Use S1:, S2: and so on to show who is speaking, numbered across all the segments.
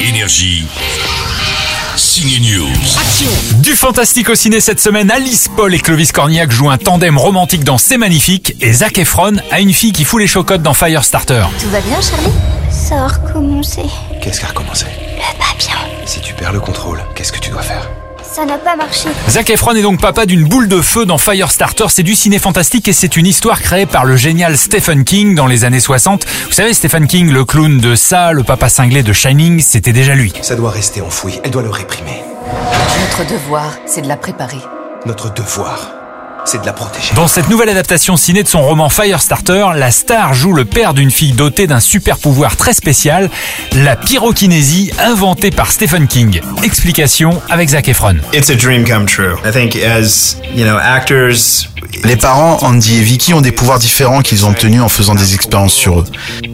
S1: Énergie. Signe News.
S2: Du fantastique au ciné cette semaine, Alice Paul et Clovis Cornillac jouent un tandem romantique dans C'est magnifique et Zac Efron a une fille qui fout les chocottes dans Firestarter.
S3: Tout va bien, Charlie Ça a recommencé.
S4: Qu'est-ce qu'a recommencé
S3: Le pas bien.
S4: Si tu perds le contrôle, qu'est-ce que tu dois faire
S3: Ça n'a pas marché.
S2: Zac Efron est donc papa d'une boule de feu dans Firestarter, c'est du ciné fantastique et c'est une histoire créée par le génial Stephen King dans les années 60. Vous savez Stephen King, le clown de ça, le papa cinglé de Shining, c'était déjà lui.
S4: Ça doit rester enfoui, elle doit le réprimer.
S5: Notre devoir, c'est de la préparer.
S4: Notre devoir, c'est de la protéger.
S2: Dans cette nouvelle adaptation ciné de son roman Firestarter, la star joue le père d'une fille dotée d'un super pouvoir très spécial, la pyrokinésie inventée par Stephen King. Explication avec Zac Efron.
S6: It's a dream come true. I think as, you know, actors
S7: Les parents, Andy et Vicky, ont des pouvoirs différents qu'ils ont obtenus en faisant des expériences sur eux.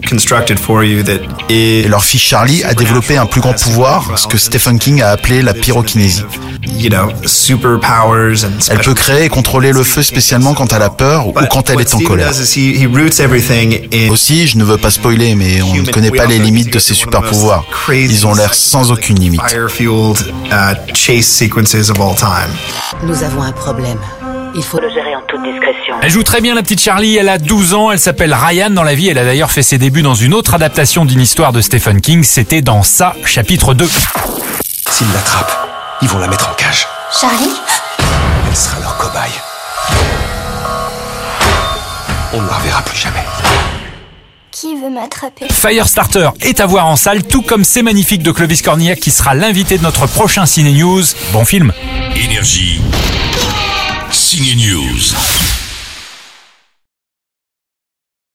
S6: constructed for you that
S7: Et
S6: is
S7: leur fille Charlie a développé un plus grand pouvoir, ce que Stephen King a appelé la pyrokinésie.
S6: you know, superpowers and
S7: Elle peut créer et contrôler le feu spécialement quand elle a peur ou
S6: But
S7: quand elle
S6: what
S7: est en
S6: Steven
S7: colère.
S6: does is he, he roots everything in
S7: Aussi, je ne veux pas spoiler, mais on ne
S6: human-
S7: connaît
S6: we
S7: pas
S6: also
S7: les
S6: think
S7: limites de
S6: it's
S7: ces
S6: one of the
S7: super
S6: most
S7: pouvoirs.
S6: crazy
S7: Ils ont l'air sans aucune limite.
S6: Fire-fueled uh, chase sequences of all time.
S5: Nous avons un problème. Il faut le gérer en toute discrétion.
S2: Elle joue très bien la petite Charlie, elle a 12 ans, elle s'appelle Ryan dans la vie, elle a d'ailleurs fait ses débuts dans une autre adaptation d'une histoire de Stephen King, c'était dans ça, chapitre 2.
S4: S'ils l'attrapent, ils vont la mettre en cage.
S3: Charlie
S4: Elle sera leur cobaye. On ne la reverra plus jamais.
S3: Qui veut m'attraper
S2: Firestarter est à voir en salle, tout comme C'est magnifique de Clovis Cornillac qui sera l'invité de notre prochain Ciné News. Bon film
S1: Énergie. Signe News.